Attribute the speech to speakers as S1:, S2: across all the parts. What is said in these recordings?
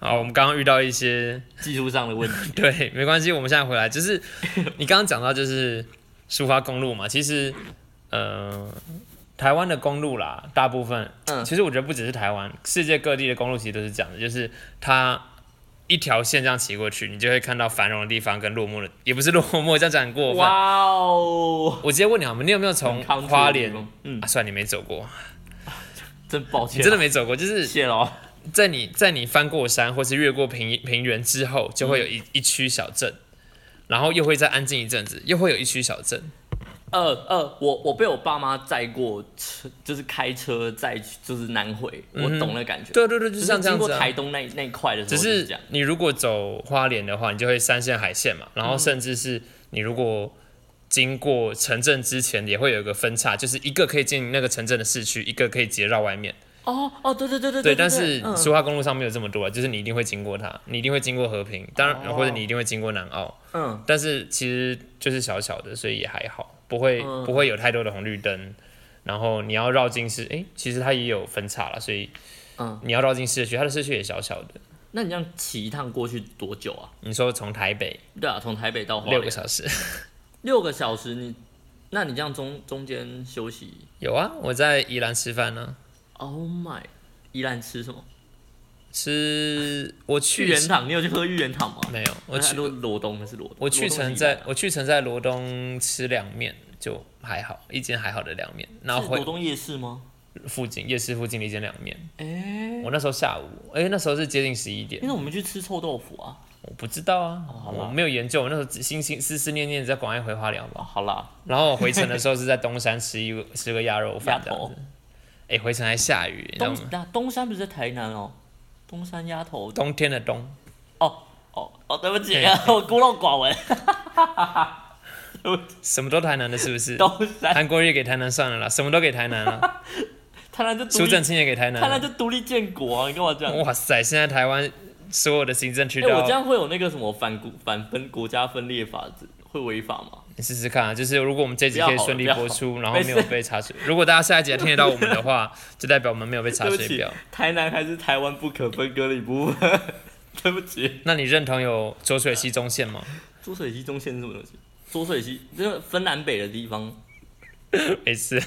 S1: 好，我们刚刚遇到一些
S2: 技术上的问题。
S1: 对，没关系，我们现在回来， 就是你刚刚讲到就是苏花公路嘛，其实，呃，台湾的公路啦，大部分，
S2: 嗯
S1: 其实我觉得不只是台湾，世界各地的公路其实都是这样的，就是它一条线这样骑过去，你就会看到繁荣的地方跟落寞的，也不是落寞，这样讲很过分。
S2: 哇哦，
S1: 我直接问你好吗？你有没有从
S2: 很康复的
S1: 花
S2: 地
S1: 莲
S2: 方？嗯
S1: 啊，，算你没走过，
S2: 真抱歉
S1: 你
S2: 啊，
S1: 真的没走过，就是
S2: 谢喽。
S1: 在你在你翻过山或是越过平平原之后，就
S2: 嗯
S1: 会有一、一区小镇，然后又会再安静一阵子，又会有一区小镇。
S2: 呃呃，我我被我爸妈载过车，就是开车载去，就是南回，我懂那感觉。
S1: 嗯对对对，就
S2: 就是是
S1: 像这样
S2: 经
S1: 子、
S2: 过
S1: 啊
S2: 台。东那那一块的时
S1: 只
S2: 候，就是这样。嗯
S1: 你如果走花莲的话，你就会山线海线嘛，然后甚至是你如果经过城镇之前，也会有一个分岔，就是一个可以进那个城镇的市区，一个可以直接绕外面。
S2: 哦哦，对对对对
S1: 对，
S2: 对
S1: 但是
S2: 嗯
S1: 苏花公路上没有这么多啊，就是你一定会经过它，你一定会经过和平，当然、
S2: 哦
S1: 或者你一定会经过南澳。
S2: 嗯，
S1: 但是其实就是小小的，所以也还好，不会、
S2: 嗯
S1: 不会有太多的红绿灯。然后你要绕进市，诶，其实它也有分叉了，所以
S2: 嗯
S1: 你要绕进市区，它的市区也小小的。
S2: 那你这样骑一趟过去多久啊？
S1: 你说从台北
S2: 对啊，从台北到花
S1: 六个
S2: 莲
S1: 小时，
S2: 六个小时，你那你这样中中间休息
S1: 有啊，我在宜兰吃饭呢、
S2: ，Oh my，宜兰吃什么？
S1: 吃我去
S2: 玉园堂，你有去喝玉园堂吗？
S1: 没有，我去
S2: 哎罗罗东那是罗东，
S1: 我去
S2: 罗东是
S1: 城
S2: 宜
S1: 在
S2: 兰啊
S1: 我去城在罗东吃凉面就还好，一间还好的凉面，然后
S2: 是罗
S1: 回
S2: 东夜市吗？
S1: 附近夜市附近的一间凉面。
S2: 哎，
S1: 我那时候下午，诶，那时候是接近十一点。
S2: 那我们去吃臭豆腐啊！
S1: 我不知道啊，
S2: 好
S1: 我
S2: 吧
S1: 没有研究，我那时候只心心思思念念在广爱回花莲，好不
S2: 哦，
S1: 好？
S2: 好啦，
S1: 然后我回程的时候是在东山吃一个吃个鸭肉饭
S2: 鸭
S1: 这样
S2: 头
S1: 子。哎、回程还下雨，你知道
S2: 东
S1: 吗？
S2: 那东山不是在台南哦，东山鸭头
S1: 冬天的冬，
S2: 哦哦哦，对不起啊，我孤陋寡闻，
S1: 什么都台南的，是不是？
S2: 东山
S1: 韩国瑜给台南算了啦，什么都给台南 了，
S2: 台南就独
S1: 苏
S2: 立
S1: 正清也给台南
S2: 台
S1: 了。
S2: 南就独立建国啊！你干嘛这样？
S1: 哇塞，现在台湾所有的行政区都
S2: 哎、我
S1: 要、
S2: 这样会有那个什么反国反分国家分裂法子，会违法吗？
S1: 你试试看啊，就是如果我们这集可以顺利
S2: 不要好
S1: 播
S2: 了
S1: 出，然后
S2: 没
S1: 没
S2: 事
S1: 有被查水，如果大家下一集还听得到我们的话，就代表我们没有被查
S2: 对不
S1: 水
S2: 起
S1: 表。，
S2: 台南还是台湾不可分割的一部分。 对不起，
S1: 那你认同有浊水溪中线吗？
S2: 浊水溪中线是什么东西？浊水溪就是分南北的地方。
S1: 没事。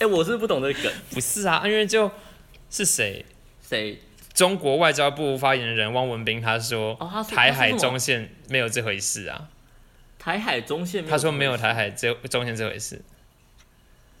S2: 哎、我是不懂这个梗，
S1: 不是啊，因为就是谁，
S2: 谁？
S1: 中国外交部发言人汪文斌他说，
S2: 哦他说
S1: 台
S2: 他说
S1: 海
S2: 什么
S1: 中线没有这回事啊，
S2: 台海中线？
S1: 他说没有台海这中线这回事，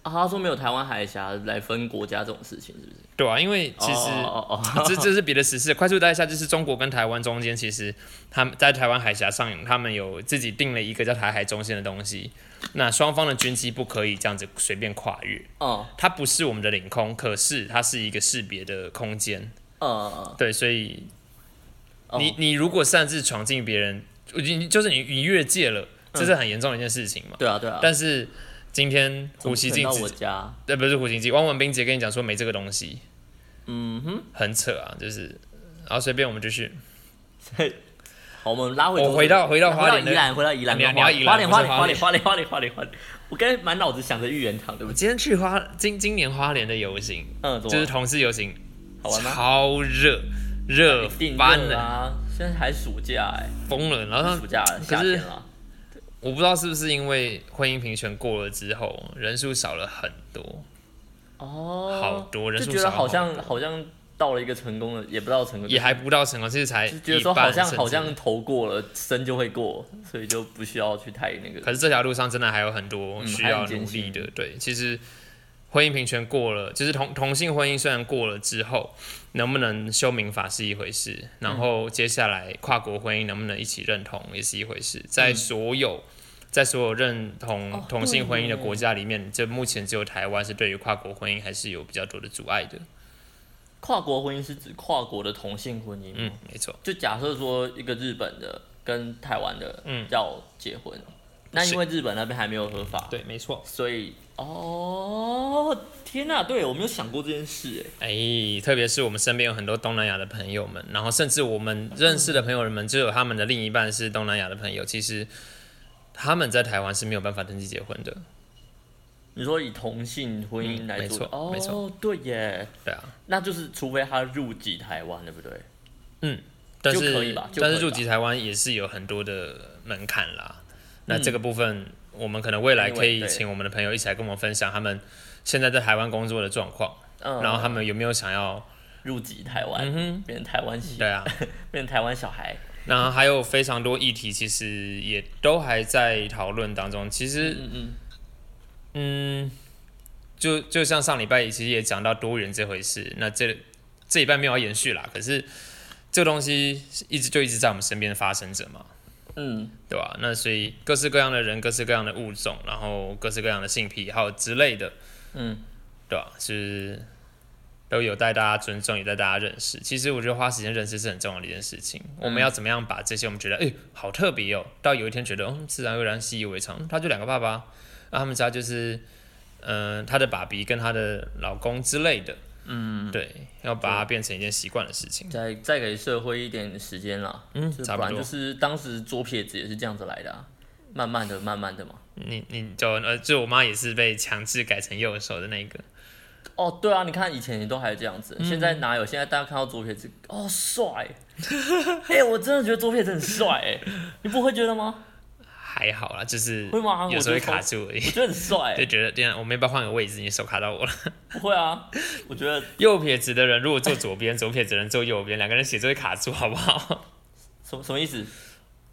S2: 啊，他说没有台湾海峡来分国家这种事情，是不是？
S1: 对啊，因为其实。
S2: 哦哦哦，
S1: 这这是别的实事，快速带一下，就是中国跟台湾中间，其实他们在台湾海峡上，他们有自己定了一个叫台海中线的东西。那双方的军机不可以这样子随便跨越，
S2: 哦
S1: 它不是我们的领空，可是它是一个识别的空间。
S2: 哦
S1: 对，所以
S2: 哦，
S1: 你你如果擅自闯进别人，我觉得你就是你你越界了，这是很严重的一件事情嘛。
S2: 对嗯啊对啊，
S1: 但是今天胡锡进
S2: 到
S1: 自
S2: 我
S1: 己，
S2: 家，
S1: 呃，不是胡锡进，汪文斌直接跟你讲说没这个东西，
S2: 嗯哼，
S1: 很扯啊，就是。然后随便我们继续，
S2: 好，我们拉回
S1: 我
S2: 中
S1: 回到
S2: 正
S1: 回到花莲的
S2: 回宜兰，回到宜兰，
S1: 你要
S2: 花
S1: 你
S2: 莲
S1: 要宜兰
S2: 花莲
S1: 不
S2: 花
S1: 是
S2: 莲
S1: 花
S2: 花
S1: 莲
S2: 莲花莲花莲花莲花莲，我刚才满脑子想着玉园堂，对不
S1: 我
S2: 起，
S1: 今天去花今今年花莲的游行，
S2: 嗯，怎么
S1: 就是同事游行，
S2: 好玩吗？
S1: 超热，热
S2: 一定
S1: 翻
S2: 热
S1: 了，
S2: 啊！现在还暑假哎，
S1: 疯了。然后
S2: 暑假了，夏天了，
S1: 我不知道是不是因为婚姻平权过了之后，人数少了很多，
S2: 哦，
S1: 好多人数
S2: 就觉得
S1: 少
S2: 好像
S1: 好多
S2: 好像到了一个成功的，也不知道成功，
S1: 也还不到成功，其实才
S2: 就觉得
S1: 一
S2: 说
S1: 半
S2: 好像
S1: 甚至
S2: 好像投过了，生就会过，所以就不需要去太那
S1: 可
S2: 个，
S1: 是这条路上真的还有很
S2: 嗯
S1: 多需要努力的。对，其实婚姻平权过了，就是同同性婚姻虽然过了之后，能不能修民法是一回事，
S2: 嗯
S1: 然后接下来跨国婚姻能不能一起认同也是一回事。在所有、在所有认同
S2: 嗯哦
S1: 同性婚姻的
S2: 对耶
S1: 国家里面，就目前只有台湾是对于跨国婚姻还是有比较多的阻碍的。
S2: 跨国婚姻是指跨国的同性婚姻吗，
S1: 嗯，没错。
S2: 就假设说一个日本的跟台湾的
S1: 嗯
S2: 要结婚，那因为日本那边还没有合法，
S1: 对，没错。
S2: 所以哦天哪、对我没有想过这件事哎，
S1: 哎、特别是我们身边有很多东南亚的朋友们，然后甚至我们认识的
S2: 嗯
S1: 朋友们，就有他们的另一半是东南亚的朋友，其实他们在台湾是没有办法登记结婚的，
S2: 你说以同性婚姻
S1: 嗯没
S2: 来做，
S1: 错
S2: 哦
S1: 没错
S2: 对耶，
S1: 对啊，
S2: 那就是除非他入籍台湾，对不对？
S1: 嗯，但
S2: 就是可以吧就
S1: 但是
S2: 可以
S1: 入
S2: 吧
S1: 籍台湾也是有很多的门槛啦。那这个部分，我们可能未来
S2: Anyway，
S1: 可以
S2: 嗯对
S1: 请我们的朋友一起来跟我们分享他们现在在台湾工作的状况，
S2: 嗯，
S1: 然后他们有没有想要，
S2: 入籍台湾，
S1: 嗯哼，
S2: 变成台湾系，
S1: 对啊，
S2: 变成台湾小孩，
S1: 然后还有非常多议题，其实也都还在讨论当中。其实，
S2: 嗯嗯，
S1: 嗯，就就像上礼拜其实也讲到多元这回事，那这这礼拜没有要延续啦，可是这个东西是一直就一直在我们身边发生着嘛，
S2: 嗯，
S1: 对吧？那所以各式各样的人，各式各样的物种，然后各式各样的性癖好之类的，
S2: 嗯，
S1: 对吧？是都有待大家尊重，也带大家认识。其实我觉得花时间认识是很重要的一件事情。我们要怎么样把这些我们觉得哎、好特别哦，到有一天觉得嗯自然而然习以为常，他就两个爸爸，那他们家就是嗯、呃他的爸比跟他的老公之类的，嗯，对，要把它变成一件习惯的事情。
S2: 再再给社会一点时间啦，
S1: 嗯
S2: 就
S1: 差
S2: 不
S1: 不
S2: 然
S1: 多
S2: 就是当时左撇子也是这样子来的、啊，慢慢的，慢慢的嘛。
S1: 你你就呃，就我妈也是被强制改成右手的那个，
S2: 哦，对啊，你看以前你都还这样子，现在哪有？现在大家看到左撇子，哦，帅！ 哎、我真的觉得左撇子很帅，哎，你不会觉得吗？
S1: 还好啦，就是
S2: 会吗
S1: 有时候
S2: 我
S1: 会
S2: 觉得
S1: 卡住而已
S2: 我，觉得很帅
S1: 就
S2: 欸，
S1: 觉得这样，我没办法换个位置，你手卡到我了。
S2: 不会啊？我觉得
S1: 右撇子的人如果坐左边，左撇子的人坐右边，两个人写作会卡住，好不好？
S2: 什么什么意思？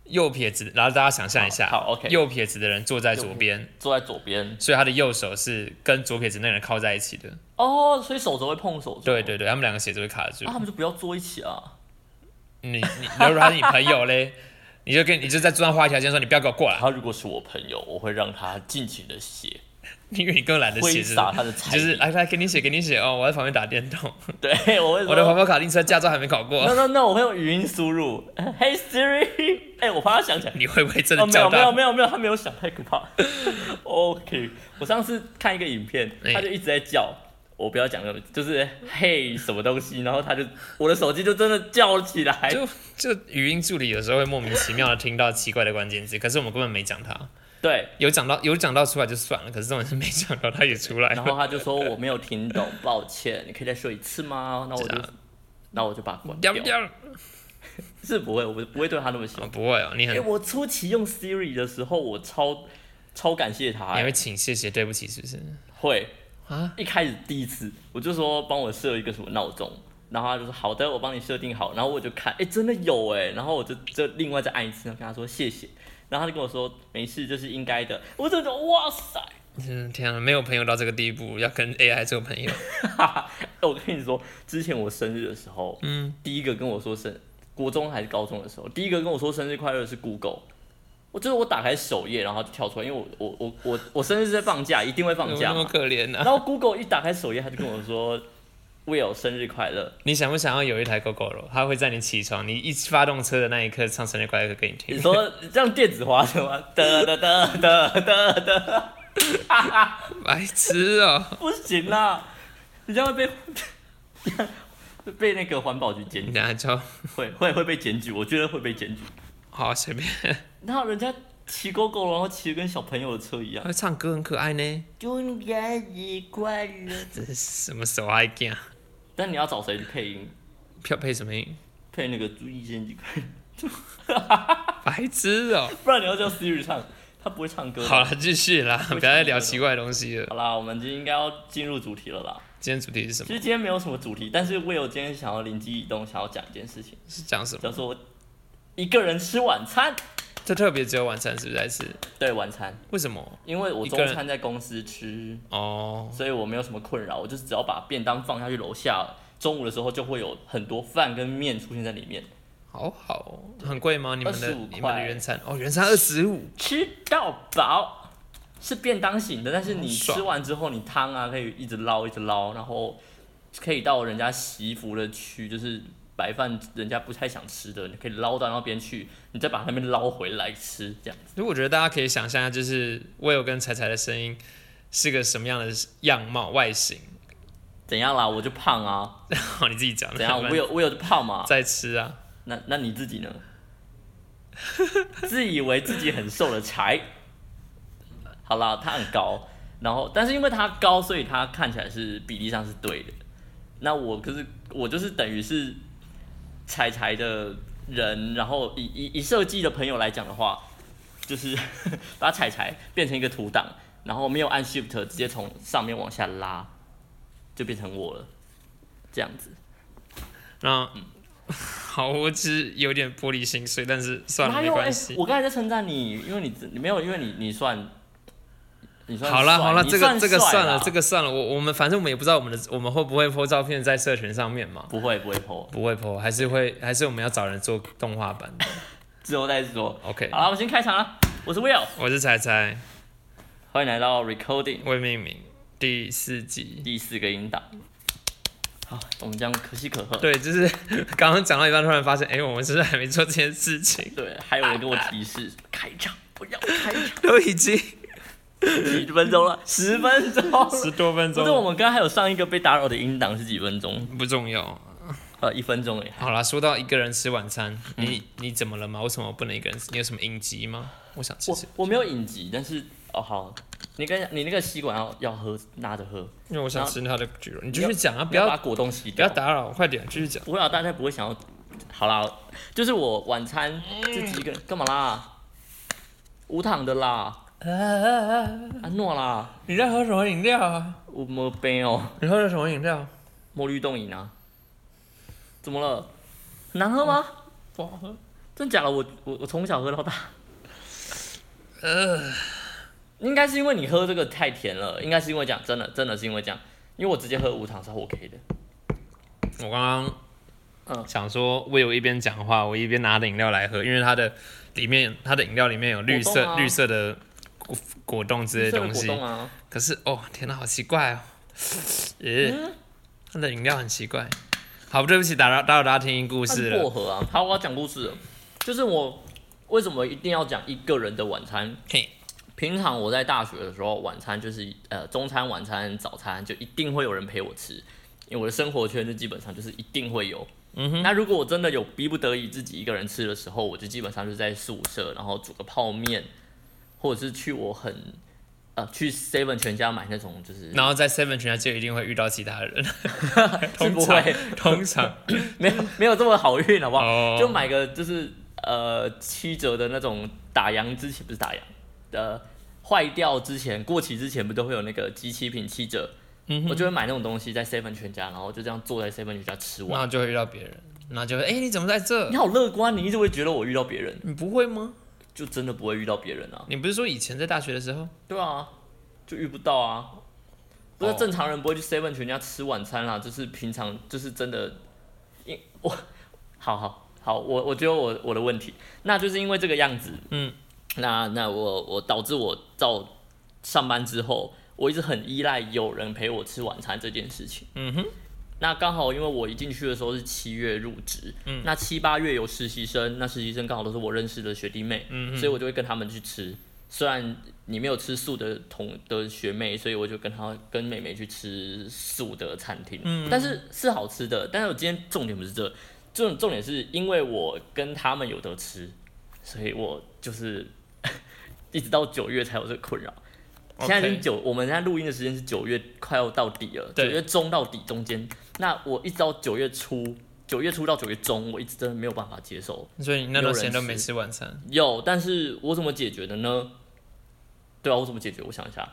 S1: 右撇子，然后大家想象一下，
S2: 好好，OK
S1: 右撇子的人坐在左边，
S2: 坐在左边
S1: 所以他的右手是跟左撇子那个人靠在一起的。
S2: 哦，所以手肘会碰手肘。
S1: 对对对，他们两个写作会卡住。
S2: 啊，他们就不要坐一起啊。
S1: 你你，如果他是你朋友嘞，你就跟你就在桌上画一条线，说你不要给我过来，
S2: 他如果是我朋友，我会让他尽情的写，
S1: 因为你更懒得写
S2: 挥
S1: 字。
S2: 洒他的才
S1: 就
S2: 艺。
S1: 是来来给你写给你写哦，我在旁边打电动，
S2: 对，我会说
S1: 我的环保卡丁车驾照还没考过，
S2: no no no，我会用语音输入 Hey Siri，哎、 我怕他想 起来。
S1: 你会不会真
S2: 哦，
S1: 的
S2: 没有
S1: 叫
S2: 没有
S1: 到？
S2: 没有没有，他没有想，太可怕。OK，我 上次看一个影片，
S1: 哎
S2: 他就一直在叫，我不要讲那个，就是 Hey 什么东西，然后他就我的手机就真的叫起来。
S1: 就就语音助理有时候会莫名其妙的听到奇怪的关键字，可是我们根本没讲它，
S2: 对，
S1: 有讲到有讲到出来就算了，可是这种是没讲到它也出来
S2: 然后
S1: 了。
S2: 他就说我没有听懂，抱歉，你可以再说一次吗？那我
S1: 这
S2: 就
S1: 样，
S2: 那我就把它关
S1: 啊要
S2: 掉
S1: 不。要？
S2: 是不会，我不不会对他那么凶
S1: 哦。不会哦，你
S2: 哎、
S1: 很你
S2: 我初期用 Siri 的时候，我超超感谢他、
S1: 还会请谢谢对不起是不是？
S2: 会
S1: 啊，
S2: 一开始第一次我就说帮我设一个什么闹钟，然后他就说好的，我帮你设定好，然后我就看，哎、真的有哎、然后我就就另外再按一次，然后跟他说谢谢，然后他就跟我说没事，这是应该的，我真的觉得哇塞，
S1: 嗯，天啊，没有朋友到这个地步，要跟 AI 做朋友，
S2: 哈哈，哎我跟你说，之前我生日的时候，
S1: 嗯，
S2: 第一个跟我说生，国中还是高中的时候，第一个跟我说生日快乐的是 Google。我就是我打开首页，然后它就跳出来，因为我我我我我生日是在放假，一定会
S1: 怎
S2: 放
S1: 么
S2: 假
S1: 嗯那
S2: 嘛
S1: 么。可怜啊呢、
S2: 然后 Google 一打开首页，他就跟我说 Will 生日快乐，
S1: 你想不想要有一台 GoGo 它会在你起床，你一发动车的那一刻唱生日快乐歌给你
S2: 你
S1: 听。
S2: 说这样电子花是吗？得得得得得得，
S1: 白痴哦、
S2: 不行啦，你这样会被 被那个环保局检
S1: 你
S2: 举，
S1: 等下就
S2: 会会会被检举，我觉得会被检举。
S1: 好随便，
S2: 然后人家骑狗狗，然后骑得跟小朋友的车一样
S1: 它，会唱歌很可爱呢。
S2: 祝你生日快乐。
S1: 这是什么手爱 g 啊？
S2: 但你要找谁去配音？
S1: 票配什么音？
S2: 配那个祝你生日快乐，
S1: 白痴哦、
S2: 不然你要叫 Siri 唱，他不会唱歌的。
S1: 好了，继续啦，不要再聊奇怪的东西了。
S2: 好啦，我们今天应该要进入主题了啦。
S1: 今天主题是什么？
S2: 其实今天没有什么主题，但是 Will 今天想要灵机一动，想要讲一件事情，
S1: 是讲什么？
S2: 叫做一个人吃晚餐。
S1: 这特别只有晚餐是不是在吃？
S2: 对，晚餐，
S1: 为什么？
S2: 因为我
S1: 一个
S2: 中
S1: 人
S2: 餐在公司吃，
S1: 哦，
S2: 所以我没有什么困扰，我就是只要把便当放下去楼下，中午的时候就会有很多饭跟面出现在里面，
S1: 好好哦，很贵吗？你们的
S2: 25
S1: 你们的
S2: 块
S1: 原餐哦，原餐二十五，
S2: 吃到饱。是便当型的，但是你
S1: 好爽
S2: 吃完之后，你汤啊可以一直捞一直捞，然后可以到人家习服的区，就是白饭人家不太想吃的，你可以捞到那边去，你再把那边捞回来吃，这样。
S1: 所以我觉得大家可以想象一下，就是我有跟彩彩的声音是个什么样的样貌外形，
S2: 怎样啦？我就胖啊，
S1: 然后你自己讲。
S2: 怎样？
S1: 慢慢
S2: 我有我有就 胖嘛。
S1: 在吃啊？
S2: 那那你自己呢？ 自以为自己很瘦的柴。好啦，他很高，然后但是因为他高，所以他看起来是比例上是对的。那我可是我就是等于是柴柴的人，然后以以以设计的朋友来讲的话，就是 把它踩裁变成一个图档，然后没有按 Shift 直接从上面往下拉，就变成我了，这样子。
S1: 那、好，我只是有点玻璃心碎，但是算了，
S2: 哪
S1: 没
S2: 有？
S1: 关
S2: 哎
S1: 系。
S2: 我刚才在称赞你，因为你你没有，因为你你算，你算
S1: 好了
S2: 帅
S1: 好了，
S2: 哎你
S1: 这个这个
S2: 帅
S1: 算
S2: 啦
S1: 了，这个算了。我我们反正我们也不知道我们的我们会不会 po 照片在社群上面嘛，
S2: 不会不会破，
S1: 不会 po，还是会还是我们要找人做动画版的。
S2: 之后再说。
S1: OK，
S2: 好了，我们先开场了。我是 Will，
S1: 我是彩彩，
S2: 欢迎来到 Recording
S1: 未命名第四集。
S2: 第四个音档。好，我们这样可喜可贺。
S1: 对，就是 刚刚讲到一半，突然发现，哎、我们是不是还没做这件事情？
S2: 对，还有人跟我提示开场不要开场，
S1: 都已经
S2: 几分钟 了，十分钟了。
S1: 十多分
S2: 不是我们刚刚还有上一个被打扰的音档是几分钟？
S1: 不重要。
S2: 呃，一分钟而已。
S1: 好啦，说到一个人吃晚餐，你你怎么了吗？为什么不能一个人吃？你有什么隐疾吗？我想吃
S2: 我
S1: 吃，
S2: 我没有隐疾，但是哦好，你跟你那个吸管要要喝拿着喝，
S1: 因为我想吃他的焗肉。你继续
S2: 要
S1: 讲啊，不
S2: 不要
S1: 要
S2: 把果冻吸
S1: 不
S2: 掉
S1: 要。打扰，快点继续讲。
S2: 不会啊，大家不会想要。好啦，就是我晚餐自己一个人干嘛啦？无糖的啦，
S1: 啊
S2: 安诺啦，
S1: 你在喝什么饮料啊？
S2: 我没病哦，
S1: 你喝的什么饮料？
S2: 墨绿冻饮啊。怎么了？很难喝吗？
S1: 不好喝。
S2: 真假的？我我我从小喝到大。
S1: 呃，
S2: 应该是因为你喝这个太甜了，应该是因为这样，真的真的是因为这样，因为我直接喝无糖是 OK 的。
S1: 我刚刚
S2: 嗯
S1: 想说，我有一边讲话，我一边拿着饮料来喝，因为它的里面，它的饮料里面有绿
S2: 果
S1: 色、
S2: 冻啊
S1: 绿色的果果冻之类的
S2: 这个
S1: 东
S2: 果
S1: 西。
S2: 冻啊，
S1: 可是哦，天哪，好奇怪哦， 耶、
S2: 嗯
S1: 它的饮料很奇怪。好，对不起，打扰打扰大家听故
S2: 它
S1: 事
S2: 是薄
S1: 了。
S2: 荷啊。好，我要讲故事了，就是我为什么一定要讲一个人的晚餐？
S1: 嘿，
S2: 平常我在大学的时候，晚餐就是呃中餐、晚餐、早餐，就一定会有人陪我吃，因为我的生活圈就基本上就是一定会有。嗯哼，那如果我真的有逼不得已自己一个人吃的时候，我就基本上就在宿舍，然后煮个泡面，或者是去我很呃去 Seven 全家买那种就是
S1: 然后在 Seven 群啊就一定会遇到其他 人，
S2: 是
S1: 通
S2: 不
S1: 常
S2: 会
S1: 通常
S2: 没有没有这么好运好不好？
S1: 哦
S2: 就买个就是呃七折的那种打烊之前不是打烊，呃坏掉之前过期之前不都会有那个机器品七折，我就会买那种东西在 seven 全家，然后就这样坐在 seven 全家吃
S1: 然
S2: 完。
S1: 后就会遇到别人，然后就会哎、你怎么在这
S2: 你？好乐观，你一直会觉得我遇到别人，
S1: 你不会吗？
S2: 就真的不会遇到别人啊？
S1: 你不是说以前在大学的时候？
S2: 对啊，就遇不到啊。不是
S1: 哦
S2: 正常人不会去 seven 全家吃晚餐啦，就是平常就是真的，因我好好好，我我觉得我我的问题，那就是因为这个样子，
S1: 嗯，
S2: 那那我我导致我到上班之后，我一直很依赖有人陪我吃晚餐这件事情。
S1: 嗯哼，
S2: 那刚好因为我一进去的时候是七月入职，嗯，那七八月有实习生，那实习生刚好都是我认识的学弟妹，嗯，所以我就会跟他们去吃。虽然你没有吃素的同的学妹，所以我就跟她跟妹妹去吃素的餐厅，嗯，但是是好吃的。但是我今天重点不是这，重重点是因为我跟他们有得吃，所以我就是 一直到九月才有这个困扰。现
S1: OK
S2: 在已经九，我们现在录音的时间是九月快要到底了，九
S1: 对
S2: 月中到底中间。那我一直到九月初，九月初到九月中，我一直真的没有办法接受。
S1: 所以你那段时间
S2: 有人
S1: 都没吃晚餐，
S2: 有，但是我怎么解决的呢？对啊，我怎么解决？我想一下，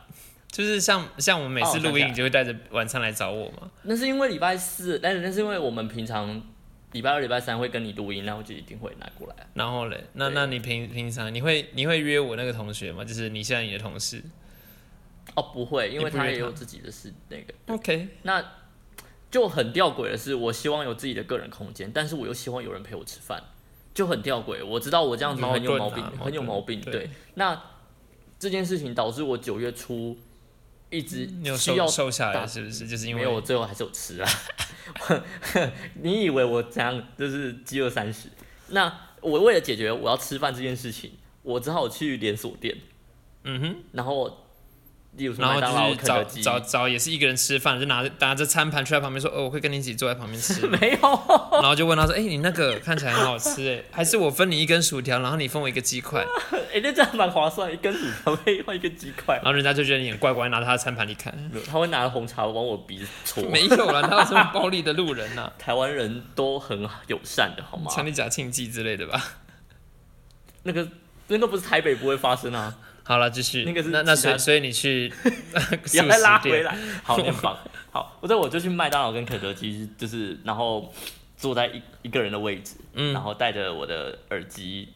S1: 就是像像我们每次
S2: 哦
S1: 录
S2: 想起
S1: 音，
S2: 来
S1: 你就会带着晚餐来找我嘛。
S2: 那是因为礼拜四，但是那是因为我们平常礼拜二、礼拜三会跟你录音，那我就一定会拿过来。啊
S1: 然后嘞，那
S2: 对
S1: 那你平平常你会你会约我那个同学吗？就是你现在你的同事
S2: 哦，不会，因为
S1: 你不嗯约
S2: 他也有
S1: 他
S2: 自己的事那个。
S1: ？OK，
S2: 那就很吊诡的是，我希望有自己的个人空间，但是我又希望有人陪我吃饭，就很吊诡。我知道我这样子很有毛
S1: 矛
S2: 病，
S1: 盾啊
S2: 很有毛
S1: 矛
S2: 病。
S1: 盾
S2: 对，
S1: 对
S2: 那这件事情导致我九月初一直
S1: 你有
S2: 需要
S1: 瘦瘦下
S2: 打
S1: 来是不是？就是因
S2: 没
S1: 为
S2: 有，我最后还是有吃啊。 你以为我这样就是饥饿三十？那我为了解决我要吃饭这件事情，我只好去连锁店，
S1: 嗯哼，
S2: 然后例如说
S1: 然
S2: 麦
S1: 后
S2: 当劳、
S1: 就是
S2: 肯
S1: 找
S2: 德基，，
S1: 找找也是一个人吃饭，就拿着拿着餐盘去他旁边说，哦，我会跟你一起坐在旁边吃
S2: 没有，
S1: 然后就问他说，哎、你那个看起来很好吃，哎，还是我分你一根薯条，然后你分我一个鸡块，
S2: 哎，那这样蛮划算，一根薯条配换一个鸡块
S1: 然。后人家就觉得你很怪怪，拿着他的餐盘离开，
S2: 他会拿红茶往我鼻子戳。
S1: 没有啦，哪有这么暴力的路人呐、
S2: 台湾人都很友善的好吗？
S1: 强力假庆忌之类的吧。
S2: 那个那个不是台北不会发生啊，
S1: 好了，继续。
S2: 那个是
S1: 那那
S2: 其
S1: 所
S2: 他
S1: 以所以你去
S2: 不
S1: 素
S2: 要再
S1: 食
S2: 拉回
S1: 店，
S2: 来。 好，那棒。好，我在我就去麦当劳跟肯德基，就是然后坐在一一个人的位置，然
S1: 嗯，
S2: 后戴着我的耳机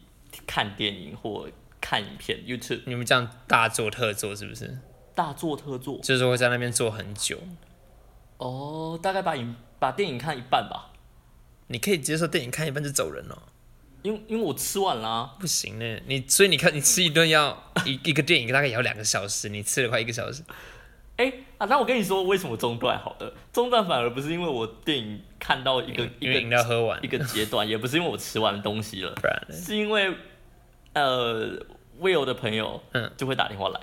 S2: 看电影或看影片，YouTube
S1: 你们这样大做特做是不是？
S2: 大做特做。
S1: 就是会在那边坐很久。
S2: 哦，大概把影把电影看一半吧，
S1: 你可以接受电影看一半就走人哦？
S2: 因为因为我吃完啦、
S1: 不行呢，你所以你看你吃一顿要一一个电影大概也要两个小时，你吃了快一个 小时，
S2: 哎、啊，那我跟你说为什么中断好了？中断反而不是因为我电影看到一个一
S1: 因
S2: 个
S1: 为饮料喝完
S2: 一，个阶段，也不是因为我吃完东西了，
S1: 不然呢
S2: 是因为呃，Will 的朋友
S1: 嗯
S2: 就会打电话来，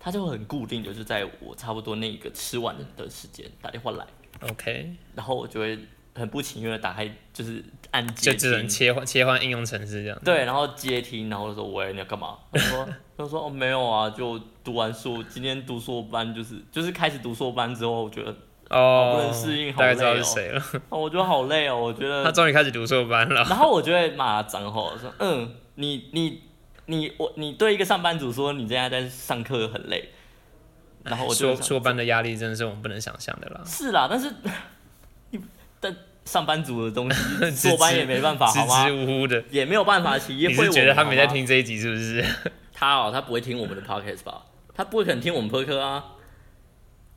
S2: 他就很固定，就是在我差不多那个吃完的时间打电话来，
S1: OK
S2: 然后我就会很不情愿的打开，就是按接
S1: 就只能
S2: 听。
S1: 切换切换应用程式这样。
S2: 对，然后接听，然后就说喂，你要干嘛？他说 他说哦没有啊，就读完书，今天读硕班就是就是开始读硕班之后，我觉得
S1: 哦，
S2: 好不能适应好
S1: 大概知道
S2: 累
S1: 是
S2: 哦
S1: 谁了。
S2: 哦，我觉得好累哦，我觉
S1: 他
S2: 得，
S1: 终于开始读硕班了。
S2: 然后我就会骂他脏话，我说，嗯，你你你我你对一个上班族说你现在在上课很累，然后我就
S1: 硕
S2: 想
S1: 硕班的压力真的是我们不能想象的啦。
S2: 是啦，但是 你但上班族的 东西，
S1: 支
S2: 坐班也没办法
S1: 支
S2: 好吗
S1: 支？吾吾的。
S2: 也没有办法，企业
S1: 你
S2: 会
S1: 是觉得
S2: 我们
S1: 他没在
S2: 好吗
S1: 听这一集是不是？
S2: 他哦，他不会听我们的 podcast 吧？他不会肯听我们播客啊，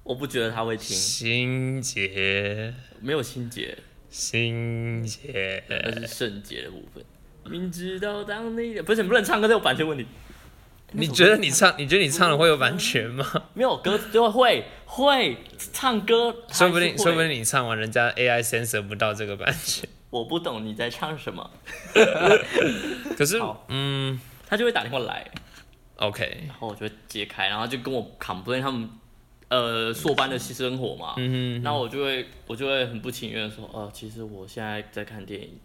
S2: 我不觉得他会听，
S1: 心结，
S2: 没有心结，
S1: 心结，
S2: 那是圣洁的部分。明知道当你的不是你不能唱歌，这有版权问题。
S1: 你觉得你唱，你觉得你唱了会有版权吗？
S2: 没有歌就会会唱歌，还是
S1: 说不定，
S2: 会
S1: 说不定你唱完，人家 AI censor 不到这个版 权。
S2: 我不懂你在唱什么，
S1: 可是
S2: 好，
S1: 嗯
S2: 他就会打电话来，
S1: ，OK，
S2: 然后我就会接开，然后就跟我 complain 他们呃硕班的私生活嘛，
S1: 嗯
S2: 那我就会我就会很不情愿地说，呃，其实我现在在看电影。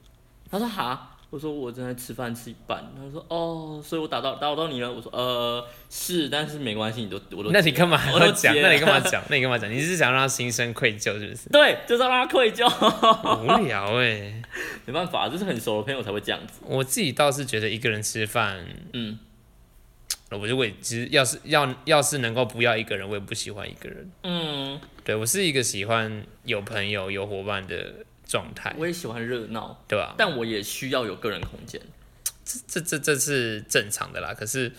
S2: 他说哈，我说我正在吃饭吃一半。他说哦，所以我打到打扰到你了。我说呃是，但是没关系，你都我都
S1: 哼，那你干嘛
S2: 我都
S1: 要讲？
S2: 接了？
S1: 那你干嘛讲？那你干嘛讲？你是想让他心生愧疚是不是
S2: 对，就是要让他愧疚，
S1: 无聊哎、
S2: 没办法，就是很熟的朋友才会这样子。
S1: 我自己倒是觉得一个人吃饭，
S2: 嗯
S1: 我就会其实要是要要是能够不要一个人，我也不喜欢一个人。
S2: 嗯，
S1: 对我是一个喜欢有朋友、有伙伴的状态，
S2: 我也喜欢热闹，
S1: 对吧？
S2: 但我也需要有个人空间。
S1: 这这这是正常的啦。可是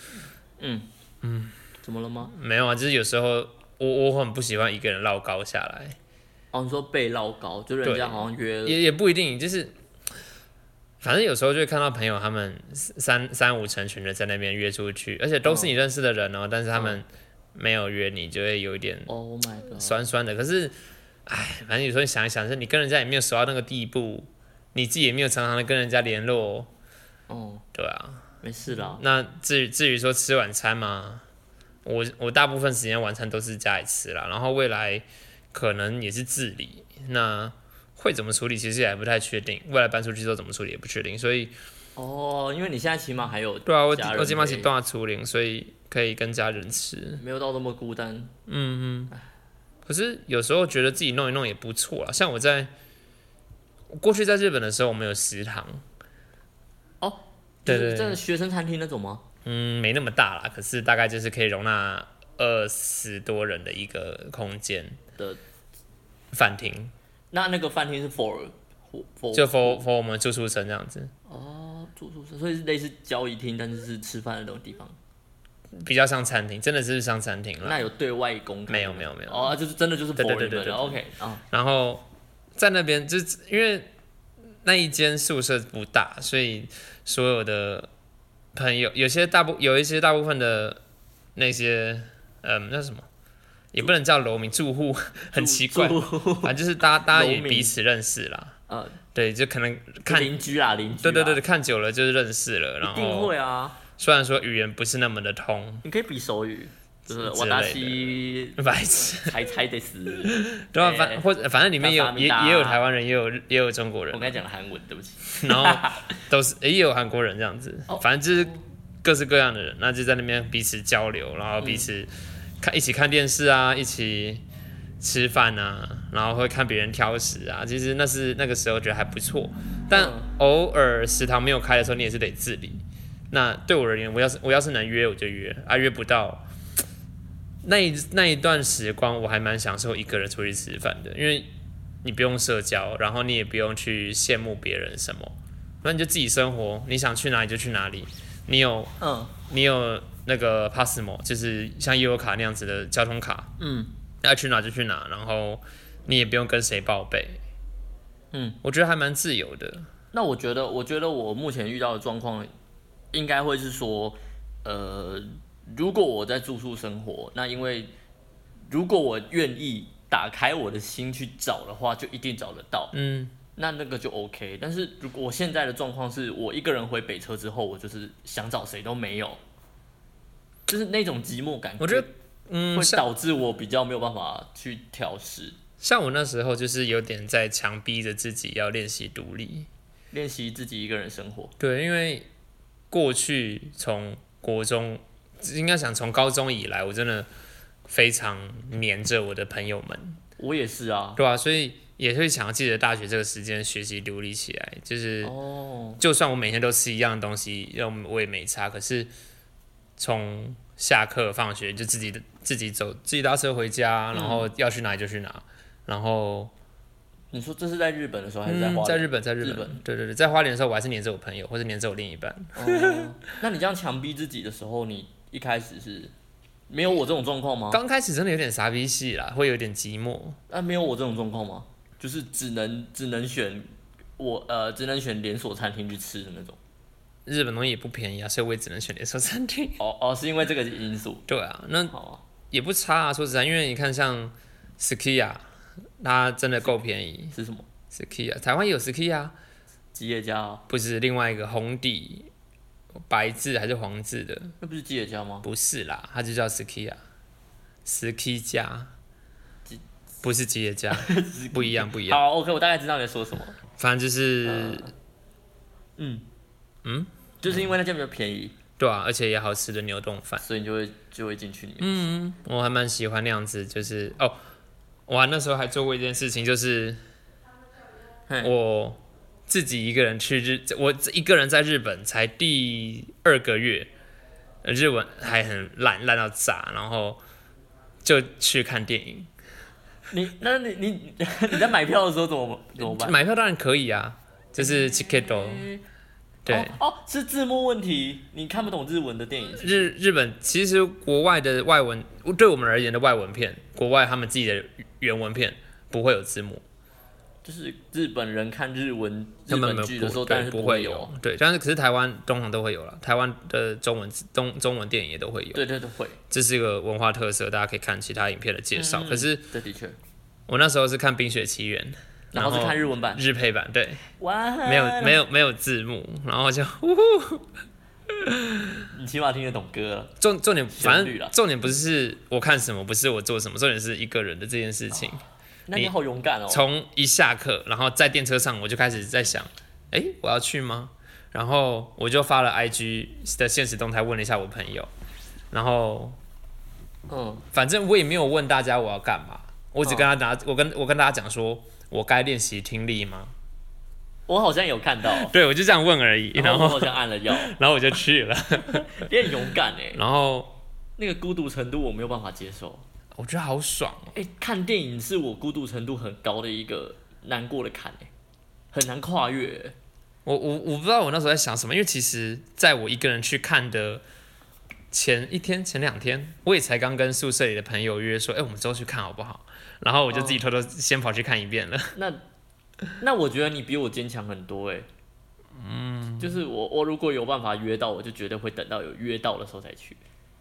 S2: 怎么了吗？
S1: 没有啊，就是有时候我我很不喜欢一个人唠高下来，
S2: 哦，你说被唠高，就人
S1: 对
S2: 家好像约了，
S1: 也也不一定，就是反正有时候就会看到朋友他们三三五成群的在那边约出去，而且都是你认识的人哦、但是他们没有约你，就会有一点
S2: Oh my god！
S1: 酸酸的。可是，哎，反正有时候你想一想，是你跟人家也没有熟到那个地步，你自己也没有常常的跟人家联络，
S2: 哦，
S1: 对啊。
S2: 没事啦。
S1: 那至于至于说吃晚餐嘛，我我大部分时间晚餐都是家里吃啦，然后未来可能也是自理，那会怎么处理其实也还不太确定，未来搬出去之后怎么处理也不确定，所以
S2: 哦，因为你现在起码还有
S1: 对啊，我
S2: 家人
S1: 我起码
S2: 陪
S1: 是断处理，所以可以跟家人吃。
S2: 没有到那么孤单。
S1: 可是有时候觉得自己弄一弄也不错啦，像我在过去在日本的时候，我们有食堂，
S2: 哦，
S1: 对
S2: 就是
S1: 对
S2: 真的学生餐厅那种吗？
S1: 嗯，没那么大啦，可是大概就是可以容纳二十多人的一个空间
S2: 的
S1: 饭厅。
S2: 那那个饭厅是 for for
S1: 就 for for 我们住宿生这样子，
S2: 哦住宿舍，所以是类似交易厅，但是是吃饭的那种地方。
S1: 比较像餐厅，真的是像餐厅
S2: 那
S1: 了。
S2: 有对外公
S1: 嗯
S2: 开吗
S1: 没有没有没有
S2: 哦，就是真的就是
S1: 对
S2: for
S1: 对
S2: 你
S1: 对
S2: 们
S1: 对
S2: 的
S1: 对
S2: OK 啊，
S1: 然后在那边，就是因为那一间宿舍不大，所以所有的朋友，有些大部有一些大部分的那些，嗯，那什么，也不能叫楼民住户，很
S2: 住
S1: 奇怪，
S2: 住
S1: 反正就是大家大家也
S2: 楼民
S1: 彼此认识啦。
S2: 呃
S1: 对，就可能看，
S2: 邻居啦邻居啦，
S1: 对对对，对看久了就是认识了。然
S2: 一定
S1: 后
S2: 会啊，
S1: 虽然说语言不是那么的通，
S2: 你可以比手语，就是我达西
S1: 白痴，
S2: 才才得死。
S1: 对啊，
S2: 哎
S1: 反或者反正里面也有
S2: 大
S1: 也
S2: 大
S1: 也有台湾人，也有也有中国人
S2: 我刚，才讲了韩文，对不起。
S1: 然后都是也有韩国人这样子
S2: 哦，
S1: 反正就是各式各样的人，那就在那边彼此交流，然后彼
S2: 嗯
S1: 此看一起看电视啊，一起吃饭啊，然后会看别人挑食啊，其实那是那个时候觉得还不错，但
S2: 嗯
S1: 偶尔食堂没有开的时候，你也是得自理。那对我而言，我要是我要是能约我就约，啊约不到。那一那一段时光，我还蛮享受一个人出去吃饭的，因为你不用社交，然后你也不用去羡慕别人什么，那你就自己生活，你想去哪里就去哪里。你有
S2: 嗯
S1: 你有那个 Passmo，就是像悠游卡那样子的交通卡，
S2: 嗯，
S1: 要去哪就去哪，然后你也不用跟谁报备。
S2: 嗯，
S1: 我觉得还蛮自由的。
S2: 那我觉得，我觉得我目前遇到的状况，应该会是说，呃，如果我在住宿生活，那因为如果我愿意打开我的心去找的话，就一定找得到。
S1: 嗯，
S2: 那那个就 OK。但是如果我现在的状况是我一个人回北车之后，我就是想找谁都没有，就是那种寂寞感，
S1: 我觉得嗯，
S2: 会
S1: 像
S2: 导致我比较没有办法去调试
S1: 像我那时候就是有点在强逼着自己要练习独立。
S2: 练习自己一个人生活。
S1: 对，因为过去从国中，应该想从高中以来，我真的非常黏着我的朋友们，
S2: 我也是啊。
S1: 对啊，所以也会想要借着大学这个时间学习独立起来。就是，
S2: 哦，
S1: 就算我每天都吃一样的东西，让我我也没差。可是从下课、放学就自己的自己走，自己搭车回家，然后要去哪里就去哪，然后
S2: 你说这是在日本的时候还是在
S1: 嗯
S2: 花，
S1: 在
S2: 莲？
S1: 日本，在日
S2: 日
S1: 本，
S2: 本
S1: 对对对，在花莲的时候，我还是黏着我朋友，或者黏着我另一半。
S2: 哦，那你这样强逼自己的时候，你一开始是没有我这种状况吗？
S1: 刚开始真的有点傻逼戏啦，会有点寂寞。
S2: 那、没有我这种状况吗？就是只能只能选我呃，只能选连锁餐厅去吃的那种。
S1: 日本东西也不便宜啊，所以我也只能选连锁餐厅。
S2: 哦哦，是因为这个因素。
S1: 对啊，那
S2: 好啊，
S1: 也不差啊。说实在，因为你看像 Skia，它真的够便宜。
S2: 是什么？
S1: Skia 台湾也有 Skia，
S2: 吉野家、啊？
S1: 不是另外一个红底白字还是黄字的，
S2: 那不是吉野家吗？
S1: 不是啦，它就叫 Skia，Ski 家
S2: 吉，
S1: 不是吉野家，不一样不一样。
S2: 好，OK，我大概知道你在说什么。
S1: 反正就是
S2: 就是因为那家比较便宜，
S1: 对啊，而且也好吃的牛丼饭。
S2: 所以你就会就会进去里面。嗯，
S1: 我还蛮喜欢那样子，就是哦，我那时候还做过一件事情，就是
S2: 嘿
S1: 我自己一个人去日，我一个人在日本才第二个月，呃日文还很烂，烂到炸，然后就去看电影。
S2: 你那你你 你在买票的时候怎么怎么办？
S1: 买票当然可以啊，就是 ticket 嗯对。
S2: 嗯哦哦，是字幕问题，你看不懂日文的电影。
S1: 日日本其实国外的外文，对我们而言的外文片，国外他们自己的原文片不会有字幕，
S2: 就是日本人看日文日
S1: 他们
S2: 本
S1: 没有
S2: 剧的时候，
S1: 对
S2: 当然是
S1: 不
S2: 会哦
S1: 会。对，但是可是台湾通常都会有了，台湾的中文字中中文电影也都会有，
S2: 对对对，会，
S1: 这是一个文化特色，大家可以看其他影片的介绍。
S2: 嗯
S1: 可是
S2: 这的确。
S1: 我那时候是看《冰雪奇缘》，
S2: 然
S1: 后
S2: 后是看日文版，
S1: 日配版，对，
S2: 哇，
S1: 没有没有没有字幕，然后就
S2: 你起码听得懂歌了。
S1: 重重点反
S2: 旋律啦
S1: 正重点不是我看什么，不是我做什么，重点是一个人的这件事
S2: 哦
S1: 情。
S2: 那你
S1: 你
S2: 好勇敢哦！
S1: 从一下课，然后在电车上，我就开始在想，诶，我要去吗？然后我就发了 IG 的现实动态问了一下我朋友，然后
S2: 嗯，
S1: 反正我也没有问大家我要干嘛，我只跟他拿，我跟我跟大家讲说，我该练习听力吗？
S2: 我好像有看 到，
S1: 对，我就这样问而已，然
S2: 然后我
S1: 后
S2: 好像按了 药，
S1: 然后我就去了，
S2: 你很勇敢哎，
S1: 然后
S2: 那个孤独程度我没有办法接受。
S1: 我觉得好爽哦，
S2: 哎、看电影是我孤独程度很高的一个难过的坎哎、很难跨越欸、
S1: 我我我不知道我那时候在想什么，因为其实在我一个人去看的前一天、前两天，我也才刚跟宿舍里的朋友约说，哎、我们之后去看好不好？然后我就自己偷偷先跑去看一遍了。
S2: 那那我觉得你比我坚强很多哎、嗯，就是我我如果有办法约到，我就绝对会等到有约到的时候再去。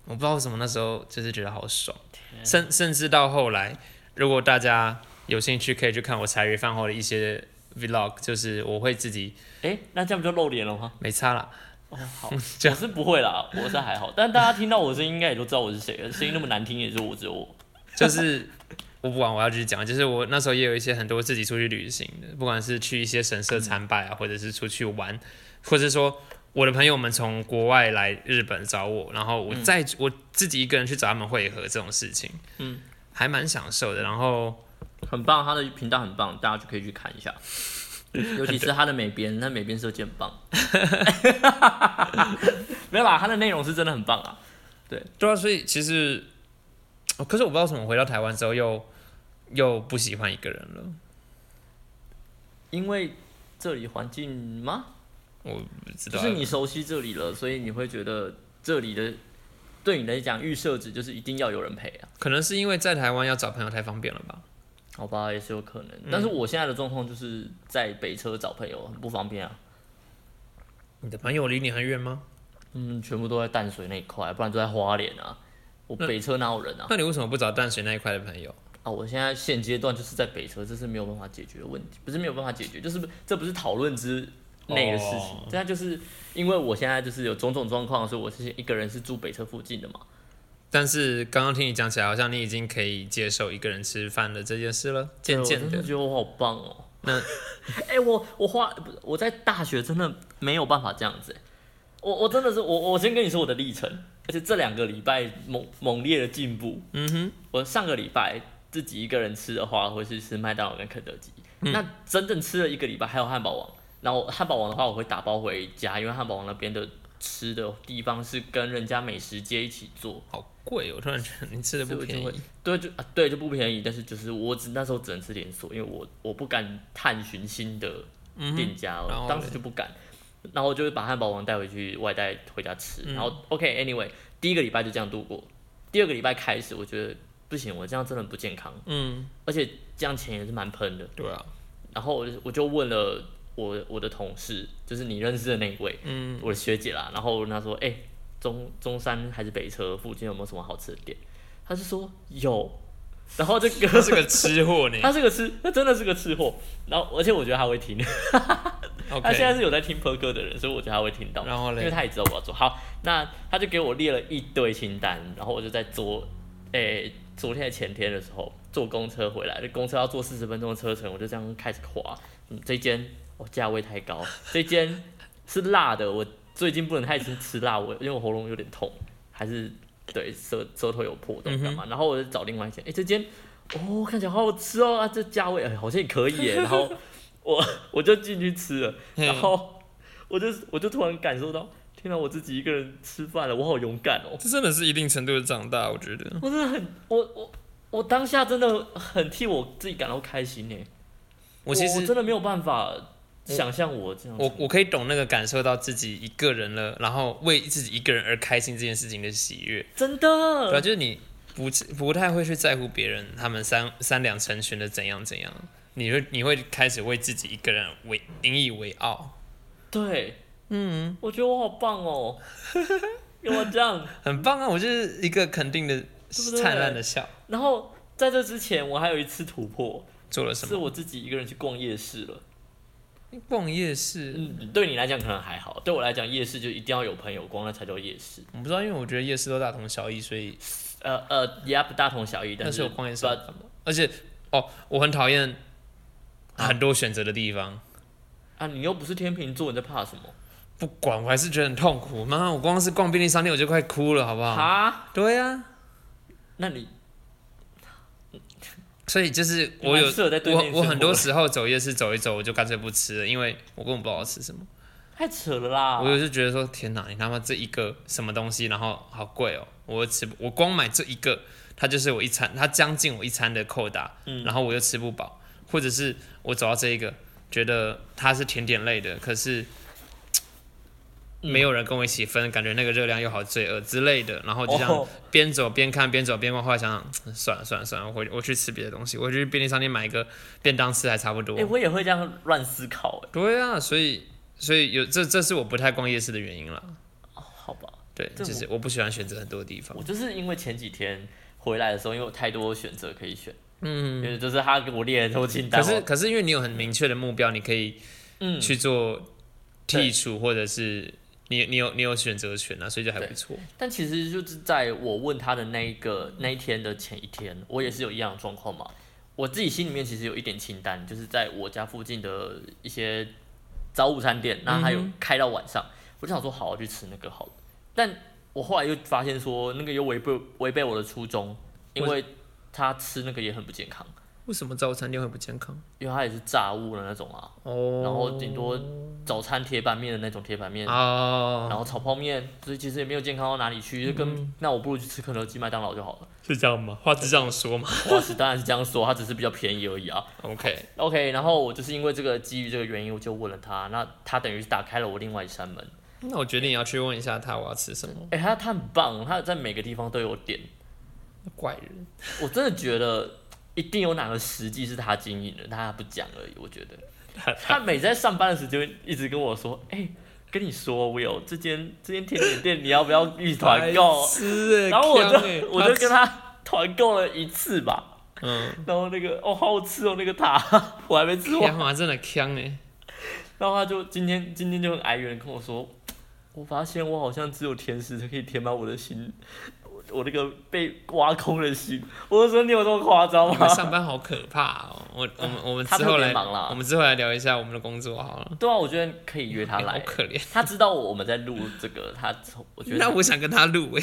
S1: 我不知道为什么那时候就是觉得好爽，甚甚至到后来，如果大家有兴趣，可以去看我茶余饭后的一些 vlog，就是我会自己
S2: 哎、那这样不就露脸了吗？
S1: 没差啦，
S2: 哦，好，我是不会啦，我是还好，但大家听到我声音应该也都知道我是谁了，声音那么难听也就我只有我。
S1: 就是我不管，我要继续讲，就是我那时候也有一些很多自己出去旅行的，不管是去一些神社参拜啊，或者是出去玩，或者是说我的朋友们从国外来日本找我，然后我再、我自己一个人去找他们会合这种事情，
S2: 嗯，
S1: 还蛮享受的。然后
S2: 很棒，他的频道很棒，大家就可以去看一 下。尤其是他的美编，他美编设计很 棒。没有啦，他的内容是真的很棒啊。
S1: 对啊，所以其实，哦可是我不知道为什么回到台湾之后又又不喜欢一个人了。
S2: 因为这里环境吗？
S1: 我不知
S2: 就
S1: 道，啊
S2: 是你熟悉这里了，所以你会觉得这里的对你来讲预设值就是一定要有人陪啊。
S1: 可能是因为在台湾要找朋友太方便了吧？
S2: 好吧，也是有可能。但是我现在的状况就是在北车找朋友很不方便啊。
S1: 你的朋友离你很远吗？
S2: 嗯，全部都在淡水那一块，不然都在花莲啊。我北车哪有人啊？
S1: 那你为什么不找淡水那一块的朋友？
S2: 啊，我现在现阶段就是在北车，这是没有办法解决的问题，不是没有办法解决，就是不这不是讨论之内的事情
S1: 哦。
S2: 这样就是因为我现在就是有种种状况，所以我是一个人是住北车附近的嘛。
S1: 但是刚刚听你讲起来，好像你已经可以接受一个人吃饭的这件事了，渐渐
S2: 我真
S1: 的
S2: 的。觉得我好棒哦。
S1: 那
S2: 哎、我我花不是我在大学真的没有办法这样子、哎我我真的是我我先跟你说我的历程，而且这两个礼拜猛猛烈的进步。
S1: 嗯哼，
S2: 我上个礼拜自己一个人吃的话，会去吃麦当劳跟肯德基。
S1: 嗯
S2: 那真正吃了一个礼拜，还有汉堡王。然后汉堡王的话，我会打包回家，因为汉堡王那边的吃的地方是跟人家美食街一起做，
S1: 好贵哦！我突然觉得你吃的不
S2: 所以我
S1: 便
S2: 就会
S1: 宜。
S2: 对，就啊对就不便宜，但是就是我只那时候只能吃连锁，因为我我不敢探寻新的
S1: 嗯
S2: 店家，哦
S1: 然后
S2: 我当
S1: 嘞
S2: 时就不敢，然后我就会把汉堡王带回去外带回家吃，然后 OK，anyway，、第一个礼拜就这样度过，第二个礼拜开始我觉得不行，我这样真的很不健康，
S1: 嗯，
S2: 而且这样钱也是蛮喷的，
S1: 对啊，
S2: 然后我就我就问了我我的同事，就是你认识的那一位，
S1: 嗯，
S2: 我的学姐啦，然后我问她说，哎、中中山还是北车附近有没有什么好吃的店？她就说有，然后就隔
S1: 他是个吃货 呢。
S2: 他是个吃，他真的是个吃货。然后，而且我觉得他会听，他现在
S1: OK，
S2: 是有在听 Per 哥的人，所以我觉得他会听到。
S1: 然后嘞
S2: 因为他也知道我要做好，那他就给我列了一堆清单，然后我就在昨，诶、昨天还前天的时候坐公车回来，就公车要坐四十分钟的车程，我就这样开始划。嗯，这间哦价位太 高，这间是辣的，我最近不能太吃吃辣，我因为我喉咙有点痛，还是对舌舌头有破
S1: 嗯
S2: 洞干嘛？然后我就找另外一间，诶，这间哦看起来好好吃哦，啊这价位、哎好像也可以 耶，然后我我就进去吃了，然后我就我就突然感受到，天哪，我自己一个人吃饭了，我好勇敢哦！
S1: 这真的是一定程度的长大，我觉得。
S2: 我真的很，我我我当下真的很替我自己感到开心呢。
S1: 我其实
S2: 真的没有办法想象我这样子
S1: 我我可以懂那个感受到自己一个人了，然后为自己一个人而开心这件事情的喜悦。
S2: 真
S1: 对啊、
S2: 的，
S1: 就是你不不太会去在乎别人他们三三两成群的怎样怎样，你会你会开始为自己一个人为引以为傲，
S2: 对，嗯，我觉得我好 棒哦，跟我这样。
S1: 很棒啊！我就是一个肯定的
S2: 不对
S1: 灿烂的笑。
S2: 然后在这之前，我还有一次突破，
S1: 做了什
S2: 是
S1: 么？
S2: 我自己一个人去逛夜市了。
S1: 逛夜市，
S2: 嗯，对你来讲可能还好，对我来讲，夜市就一定要有朋友逛，那才叫夜市。
S1: 我不知道，因为我觉得夜市都大同小异，所以
S2: 呃呃，也不大同小异，
S1: 但
S2: 但
S1: 是
S2: 是
S1: 我逛夜市
S2: but-
S1: 干嘛而且哦，我很讨厌很多选择的地方。
S2: 啊，你又不是天秤座，你在怕什么？
S1: 不管，我还是觉得很痛苦。妈，我光是逛便利商店我就快哭了，好不好？
S2: 啊？
S1: 对啊，
S2: 那你
S1: 所以就是
S2: 你
S1: 我有
S2: 蛮适合在对面
S1: 我我
S2: 生
S1: 很多
S2: 活
S1: 时候走夜市走一走，我就干脆不吃了，因为我根本不知道我吃什么。
S2: 太扯了啦！
S1: 我有时候觉得说，天哪，你他妈这一个什么东西，然后好贵哦，我又吃不，我光买这一个，它就是我一餐，它将近我一餐的扣打，
S2: 嗯
S1: 然后我又吃不饱，或者是我走到这一个，觉得它是甜点类的，可是。没
S2: 嗯
S1: 有人跟我一起分，感觉那个热量又好罪恶之类的，然后就这样
S2: 哦
S1: 边走边看，边走边逛，后来想想，算了算了算了，我回我去吃别的东西，我去便利商店买一个便当吃还差不多
S2: 哎、。我也会这样乱思考、哎，
S1: 对啊，所以所以有这这是我不太逛夜市的原因了。
S2: 好吧，
S1: 对，
S2: 这
S1: 就是我不喜欢选择很多地方
S2: 我。就是因为前几天回来的时候，因为有太多选择可以选，
S1: 嗯，
S2: 因为就是他给我列了偷清单，
S1: 可是
S2: 我
S1: 可是因为你有很明确的目标，你可以
S2: 嗯，
S1: 去做剔除或者是你你有你有选择权啊，所以就还
S2: 对
S1: 不错。
S2: 但其实就是在我问他的那一个那一天的前一天，我也是有一样的状况嘛。我自己心里面其实有一点清单，就是在我家附近的一些早午餐店，然后还有
S1: 嗯哼
S2: 开到晚上，我就想说好，我去吃那个好了。但我后来又发现说，那个又违背违背我的初衷，因
S1: 为
S2: 为他吃那个也很不健康，
S1: 为什么早餐店会不健康？
S2: 因为它也是炸物的那种啊，
S1: 哦，
S2: 然后顶多早餐铁板面的那种铁板面，然
S1: 哦，
S2: 后炒泡面，所以其实也没有健康到哪里去，就跟、那我不如去吃肯德基、麦当劳就好了。
S1: 是这样吗？话是这样说吗
S2: 哇塞，当然是这样说，它只是比较便宜而已啊。
S1: ？OK，
S2: OK，然后我就是因为这个基于这个原因，我就问了他，那他等于是打开了我另外一扇门。
S1: 那我决定也要去问一下他我要吃什么。
S2: 哎、他他很棒，他在每个地方都有点，
S1: 怪人，
S2: 我真的觉得一定有哪个实际是他经营的，他不讲而已。我觉得他每在上班的时间一直跟我说，哎、跟你说，Will，这间这间甜点店你要不要预团 购？
S1: 是，
S2: 然后我
S1: 呛欸
S2: 就 我就跟，他团购了一次吧，
S1: 嗯，
S2: 然后那个哦，好好吃哦，那个塔 我还没吃完
S1: 天。啊华真的呛哎，
S2: 然后他就今天今天就很哀怨地跟我说，我发现我好像只有甜食才可以填满我的心，我我那个被挖空的心。我就说你有这么夸张
S1: 你
S2: 吗
S1: 们？上班好可怕哦。我我们我们
S2: 他
S1: 之后
S2: 特别
S1: 来，
S2: 忙啦
S1: 我们之后来聊一下我们的工作好了。哎
S2: 对啊，我觉得可以约他
S1: 好
S2: 来。
S1: 可怜，
S2: 他知道我们在录这个，他我觉
S1: 那
S2: 得
S1: 我想跟他录哎，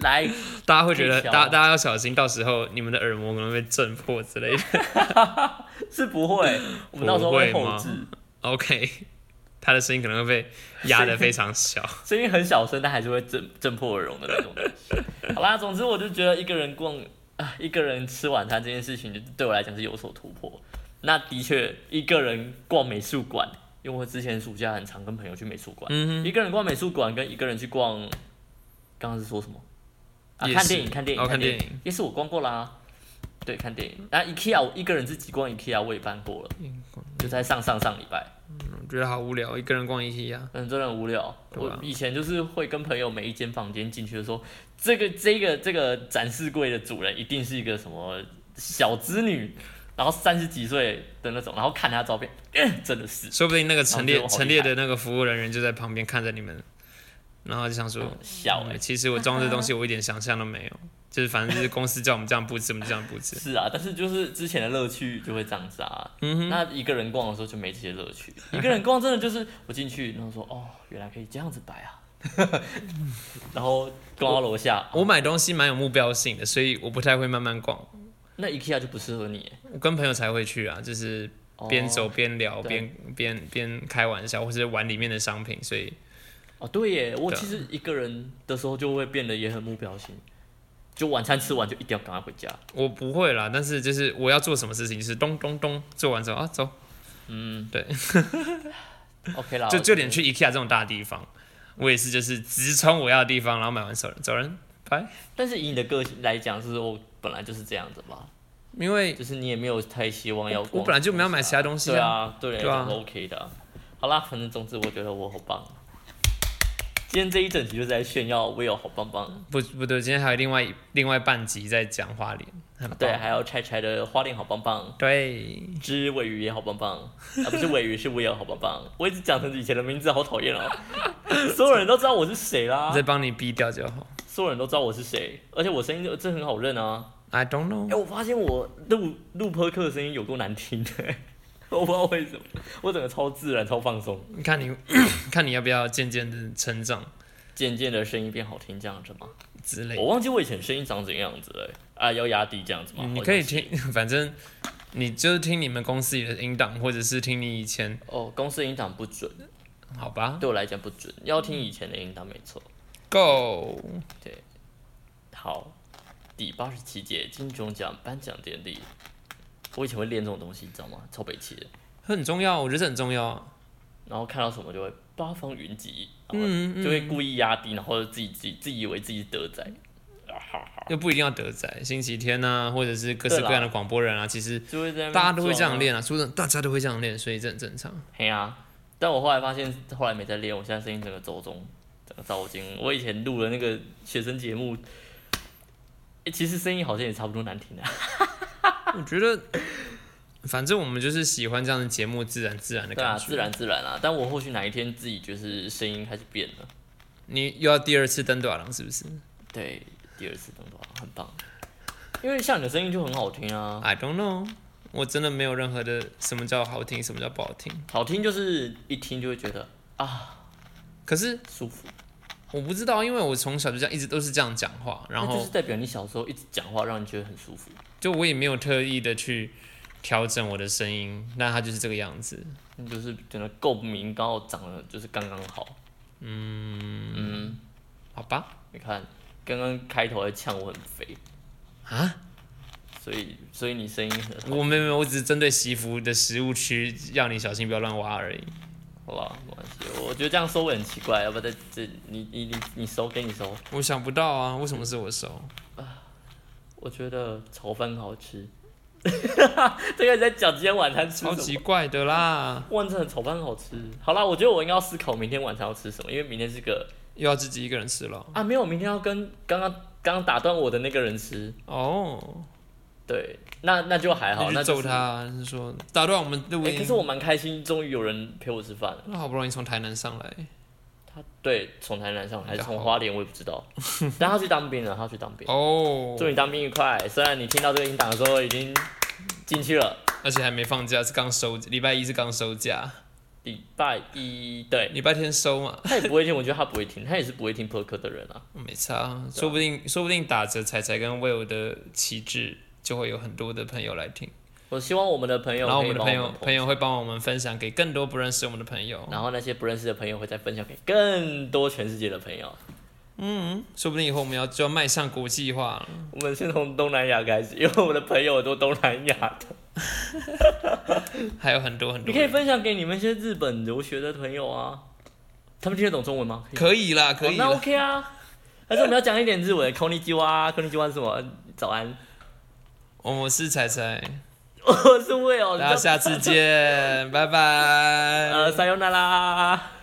S2: 来
S1: 大家会觉得
S2: 可以敲
S1: 大大家要小心，到时候你们的耳膜可能会被震破之类的。
S2: 是不会，我们到时候会
S1: 不会
S2: 后
S1: 吗
S2: 置，
S1: OK，他的声音可能会被压得非常 小。
S2: 声音很小声，但还是会震震破耳聋的那种东西。好啦，总之我就觉得一个人逛啊，一个人吃晚餐这件事情，就对我来讲是有所突破。那的确，一个人逛美术馆，因为我之前暑假很常跟朋友去美术馆，
S1: 嗯
S2: 一个人逛美术馆跟一个人去逛，刚刚是说什么？啊，
S1: 夜市
S2: 看电影，看电影，
S1: 哦看
S2: 电
S1: 电影，
S2: 也是我逛过啦。对，看电影。然后 IKEA，我一个人自己逛 IKEA，我也办过了，就在上上上礼拜。
S1: 哼，觉得好无聊，一个人逛一起啊。
S2: 嗯，真的很无聊。
S1: 对
S2: 我
S1: 啊
S2: 以前就是会跟朋友每一间房间进去的时候，这个这个这个展示柜的主人一定是一个什么小织女，然后三十几岁的那种，然后看她照片， 嗯真的是
S1: 说不定那个陈
S2: 哦
S1: 列
S2: 我觉得我好
S1: 陈列的那个服务人员就在旁边看着你们，然后就想说，
S2: 小哎、
S1: 嗯其实我装这东西我一点想象都没有，就是反正就是公司叫我们这样布置，我们就这样布置。
S2: 是啊，但是就是之前的乐趣就会这样子啊。嗯、那一个人逛的时候就没这些 乐趣，一个人逛真的就是我进去，然后说哦，原来可以这样子摆啊， 然后逛到楼下，哦
S1: 我买东西蛮有目标性的，所以我不太会慢慢逛，
S2: 那 IKEA 就不适合你欸、
S1: 我跟朋友才会去啊，就是边
S2: 哦
S1: 走边聊，
S2: 对
S1: 边边边开玩笑，或者玩里面的商品，所以
S2: 哦，对耶，我
S1: 对啊
S2: 其实一个人的时候就会变得也很目标性，就晚餐吃完就一定要赶快回家。
S1: 我不会啦。但是就是我要做什么事情，就是咚咚咚做完之后啊走，
S2: 嗯，
S1: 对。
S2: OK 啦，
S1: 就
S2: 我
S1: 就
S2: 觉
S1: 连
S2: 得
S1: 去 IKEA 这种大地方，我也是就是直冲我要的地方，然后买完走人走人，拜。
S2: 但是以你的个性来讲，是我本来就是这样子吧，
S1: 因为
S2: 就是你也没有太希望要
S1: 我
S2: 逛
S1: 我本来就没有买其他
S2: 东
S1: 东西
S2: 对。啊，对来
S1: 对啊
S2: 讲是 OK 的啊。好啦，反正总之我觉得我好棒。啊今天这一整集就是在炫耀我有好棒棒，
S1: 不不对，今天还有另外一另外半集在讲花莲，很棒
S2: 对，还有柴柴的花莲好棒棒，
S1: 对，
S2: 之尾鱼也好棒棒， 啊不是尾鱼是 Will 好棒棒，我一直讲成以前的名字好讨厌哦， 所有人都知道我是谁啦
S1: 我，再帮你逼掉就好。
S2: 所有人都知道我是谁，而且我声音就真的很好认啊，
S1: I don't
S2: 哎、
S1: know，
S2: 我发现我录录播客的声音有够难听的、 我不知道为什么，我整个超自然超放松，
S1: 你看你 看你要不要渐渐的成长
S2: 渐渐的声音变好听这样子吗？
S1: 之类
S2: 我忘记我以前声音长怎样子了、啊要压低这样子吗？
S1: 你
S2: 好像
S1: 可以
S2: 是
S1: 听， 反正你就是听你们公司里的音档，或者是听你以前，
S2: 哦，公司音档不准，
S1: 好吧
S2: 对我来讲不准，要听以前的音档没错。
S1: ？Go，
S2: 好，第八十七届金钟奖颁奖典礼，我以前会练这种东西，你知道吗？超北气的。
S1: 很重要，我觉得这很重要啊。
S2: 然后看到什么就会八方云集，然后
S1: 嗯，嗯
S2: 就会故意压低，然后自己自己自己以为自己是德仔。
S1: 嗯又不一定要德仔，星期天啊，或者是各式各样的广播人啊，其实
S2: 就会在那边
S1: 大家都会这样
S2: 撞啊。
S1: 练啊，说真的，大家都会这样练，所以这很正常。
S2: 嘿啊！但我后来发现，后来没在练，我现在声音整个走中，整个糟心。我以前录的那个学生节目，诶其实声音好像也差不多难听啊。
S1: 我觉得，反正我们就是喜欢这样的节目，自然自然的
S2: 对
S1: 感
S2: 啊，
S1: 觉。
S2: 自然自然啊。但我或许哪一天自己就是声音开始变了，
S1: 你又要第二次登短廊是不是
S2: 对，第二次登短很棒，因为像你的声音就很好听啊，
S1: ？I don't know，我真的没有任何的什么叫好听，什么叫不好听。
S2: 好听就是一听就会觉得啊
S1: 可是
S2: 舒服，
S1: 我不知道，因为我从小就这样，一直都是这样讲话，然
S2: 那就
S1: 后
S2: 是代表你小时候一直讲话让你觉得很舒服。
S1: 就我也没有特意的去调整我的声音，那它就是这个样子。
S2: 你就是真的够明高，长得就是刚刚好。嗯
S1: 好吧，
S2: 你看刚刚开头还呛我很肥
S1: 啊，
S2: 所以所以你声音很好，
S1: 我没有，没有我只是针对西服的食物区，让你小心不要乱挖而已。
S2: 好吧，没关系。我觉得这样收尾很奇怪，要不要再这你你你你收给你收？
S1: 我想不到啊，为什么是我熟？
S2: 我觉得炒饭很好吃。 这个在讲今天晚餐吃
S1: 超
S2: 什
S1: 级
S2: 么？
S1: 怪的啦，
S2: 哇，真的炒饭很好吃。好啦，我觉得我应该要思考明天晚餐要吃什么，因为明天是个
S1: 又要自己一个人吃了。
S2: 啊，没有，明天要跟刚刚刚刚打断我的那个人吃。
S1: 哦，
S2: 对，那那就还好，
S1: 你
S2: 那
S1: 去
S2: 就
S1: 揍
S2: 是
S1: 他啊，是说打断我们录
S2: 哎、
S1: 音
S2: 可是。我蛮开心，终于有人陪我吃饭了。
S1: 那好不容易从台南上来，
S2: 他对从台南上来还是
S1: 比
S2: 从
S1: 较好
S2: 花莲，我也不知 道。但他去当兵了，他去当兵。
S1: 哦，
S2: 祝你当兵愉快！虽然你听到这个音档的时候已经进去了，
S1: 而且还没放假，是刚收，礼拜一是刚收假，
S2: 礼拜一对，
S1: 礼拜天收嘛，
S2: 他也不会听，我觉得他不会听，他也是不会听 p e r k 的人啊。
S1: 没差，说不定说不定打着彩彩跟 Will 的旗帜，就会有很多的朋友来听，
S2: 我希望我们的朋友
S1: 然后我
S2: 可以
S1: 们的
S2: 帮
S1: 朋
S2: 们
S1: 友
S2: 捧
S1: 朋友会帮我们分享给更多不认识我们的朋友，
S2: 然后那些不认识的朋友会再分享给更多全世界的朋友。
S1: 说不定以后我们要就要迈向国际化了，
S2: 我们先从东南亚开始，因 为我的朋友都东南亚的。
S1: 还有很多很
S2: 你
S1: 多
S2: 可以
S1: 人，
S2: 分享给你们一些日本留学的朋友啊，他们听得懂中文吗？
S1: 可以啦，可
S2: 哦
S1: 以
S2: 那
S1: 啦，
S2: OK 啊。但是我们要讲一点 日文，こんにちは，こんにちは是什么？早安，
S1: 我是彩彩，
S2: 我是 Will，
S1: 大家下次见，拜拜，
S2: 呃，さよなら。